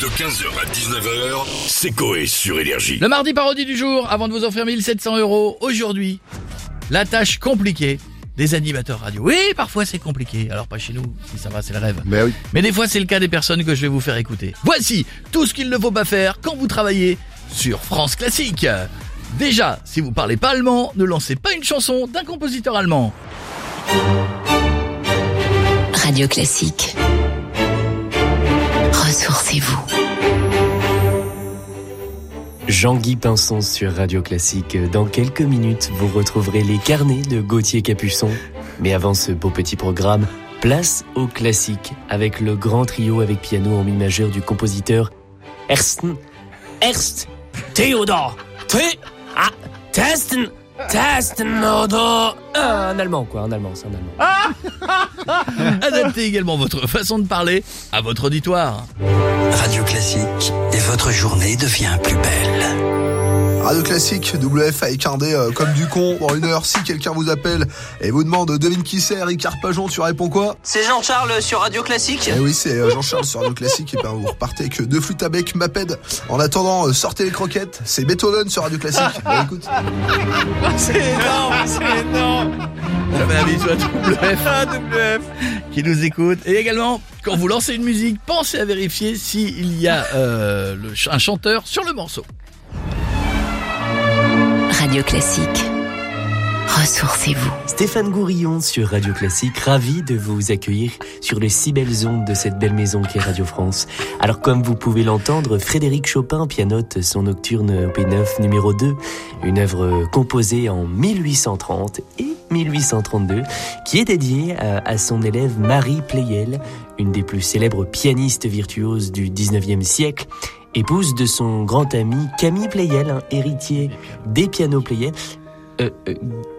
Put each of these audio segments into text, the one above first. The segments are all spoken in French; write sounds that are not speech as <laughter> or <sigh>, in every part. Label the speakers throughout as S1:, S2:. S1: De 15h à 19h, c'est Coé sur Énergie.
S2: Le mardi parodie du jour, avant de vous offrir 1700 euros, aujourd'hui, la tâche compliquée des animateurs radio. Oui, parfois c'est compliqué. Alors pas chez nous, si ça va, c'est le rêve.
S3: Mais oui.
S2: Mais des fois c'est le cas des personnes que je vais vous faire écouter. Voici tout ce qu'il ne faut pas faire quand vous travaillez sur France Classique. Déjà, si vous parlez pas allemand, ne lancez pas une chanson d'un compositeur allemand.
S4: Radio Classique. Ressourcez-vous.
S5: Jean-Guy Pinson sur Radio Classique. Dans quelques minutes, vous retrouverez les carnets de Gauthier Capuçon. Mais avant ce beau petit programme, place au classique avec le grand trio avec piano en mi majeur du compositeur Ersten Erst Theodor Thé ah, Testen Testen Odor. Ah, Un allemand quoi, un allemand, c'est un allemand.
S2: Adaptez également votre façon de parler à votre auditoire.
S6: Radio Classique, et votre journée devient plus belle.
S3: Radio Classique, WF a écarté euh, comme du con. En une heure, si quelqu'un vous appelle et vous demande devine qui c'est, Ricard Pajon, tu réponds quoi
S7: C'est Jean-Charles sur Radio Classique.
S3: Eh oui, c'est euh, Jean-Charles sur Radio Classique. Et ben, vous repartez avec deux flûtes à bec, Maped. En attendant, euh, sortez les croquettes. C'est Beethoven sur Radio
S8: Ah.
S3: Classique. Bah, écoute.
S2: C'est énorme, c'est énorme. On fait un bisou à WF. Qui nous écoute. Et également, quand vous lancez une musique, pensez à vérifier s'il y a euh, le ch- un chanteur sur le morceau.
S4: Radio Classique. Ressourcez-vous.
S5: Stéphane Gourillon sur Radio Classique, ravi de vous accueillir sur les si belles ondes de cette belle maison qu'est Radio France. Alors comme vous pouvez l'entendre, Frédéric Chopin pianote son nocturne op 9 numéro 2, une œuvre composée en 1830 et 1832 qui est dédiée à, à son élève Marie Pleyel, une des plus célèbres pianistes virtuoses du 19e siècle. Épouse de son grand ami Camille Pleyel, un héritier des pianos Pleyel. Euh, euh,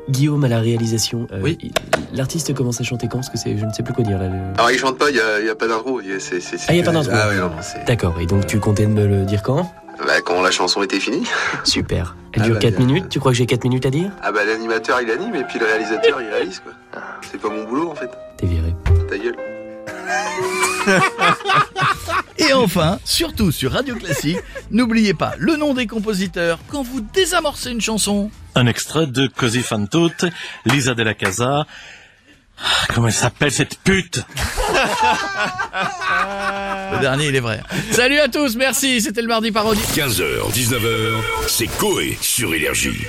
S5: Guillaume à la réalisation. euh,
S2: Oui.
S5: il- L'artiste commence à chanter quand Parce que c'est, je ne sais plus quoi dire là. le-
S8: Alors il chante pas, il y a, il y a pas d'intro. il y a- c'est- c'est- c'est-
S5: Ah, il y a pas d'intro.
S8: Ah oui, non, non, c'est.
S5: D'accord. Et donc tu comptais me le dire quand
S8: Bah, quand la chanson était finie,
S5: Super. Elle
S8: Ah
S5: dure
S8: bah,
S5: 4
S8: bien.
S5: minutes. Tu crois que j'ai 4 minutes à dire
S8: ah bah l'animateur il anime et puis le réalisateur il réalise quoi. C'est pas mon boulot en fait.
S5: T'es viré.
S8: Ta gueule.
S2: Et enfin, surtout sur Radio Classique, <laughs> n'oubliez pas le nom des compositeurs quand vous désamorcez une chanson.
S9: un extrait de Così fan tutte, Lisa de la Casa. Ah, Comment elle s'appelle cette pute
S2: Le dernier, il est vrai. Salut à tous, merci, c'était le mardi parodie.
S1: 15h, 19h, c'est Coé sur Énergie.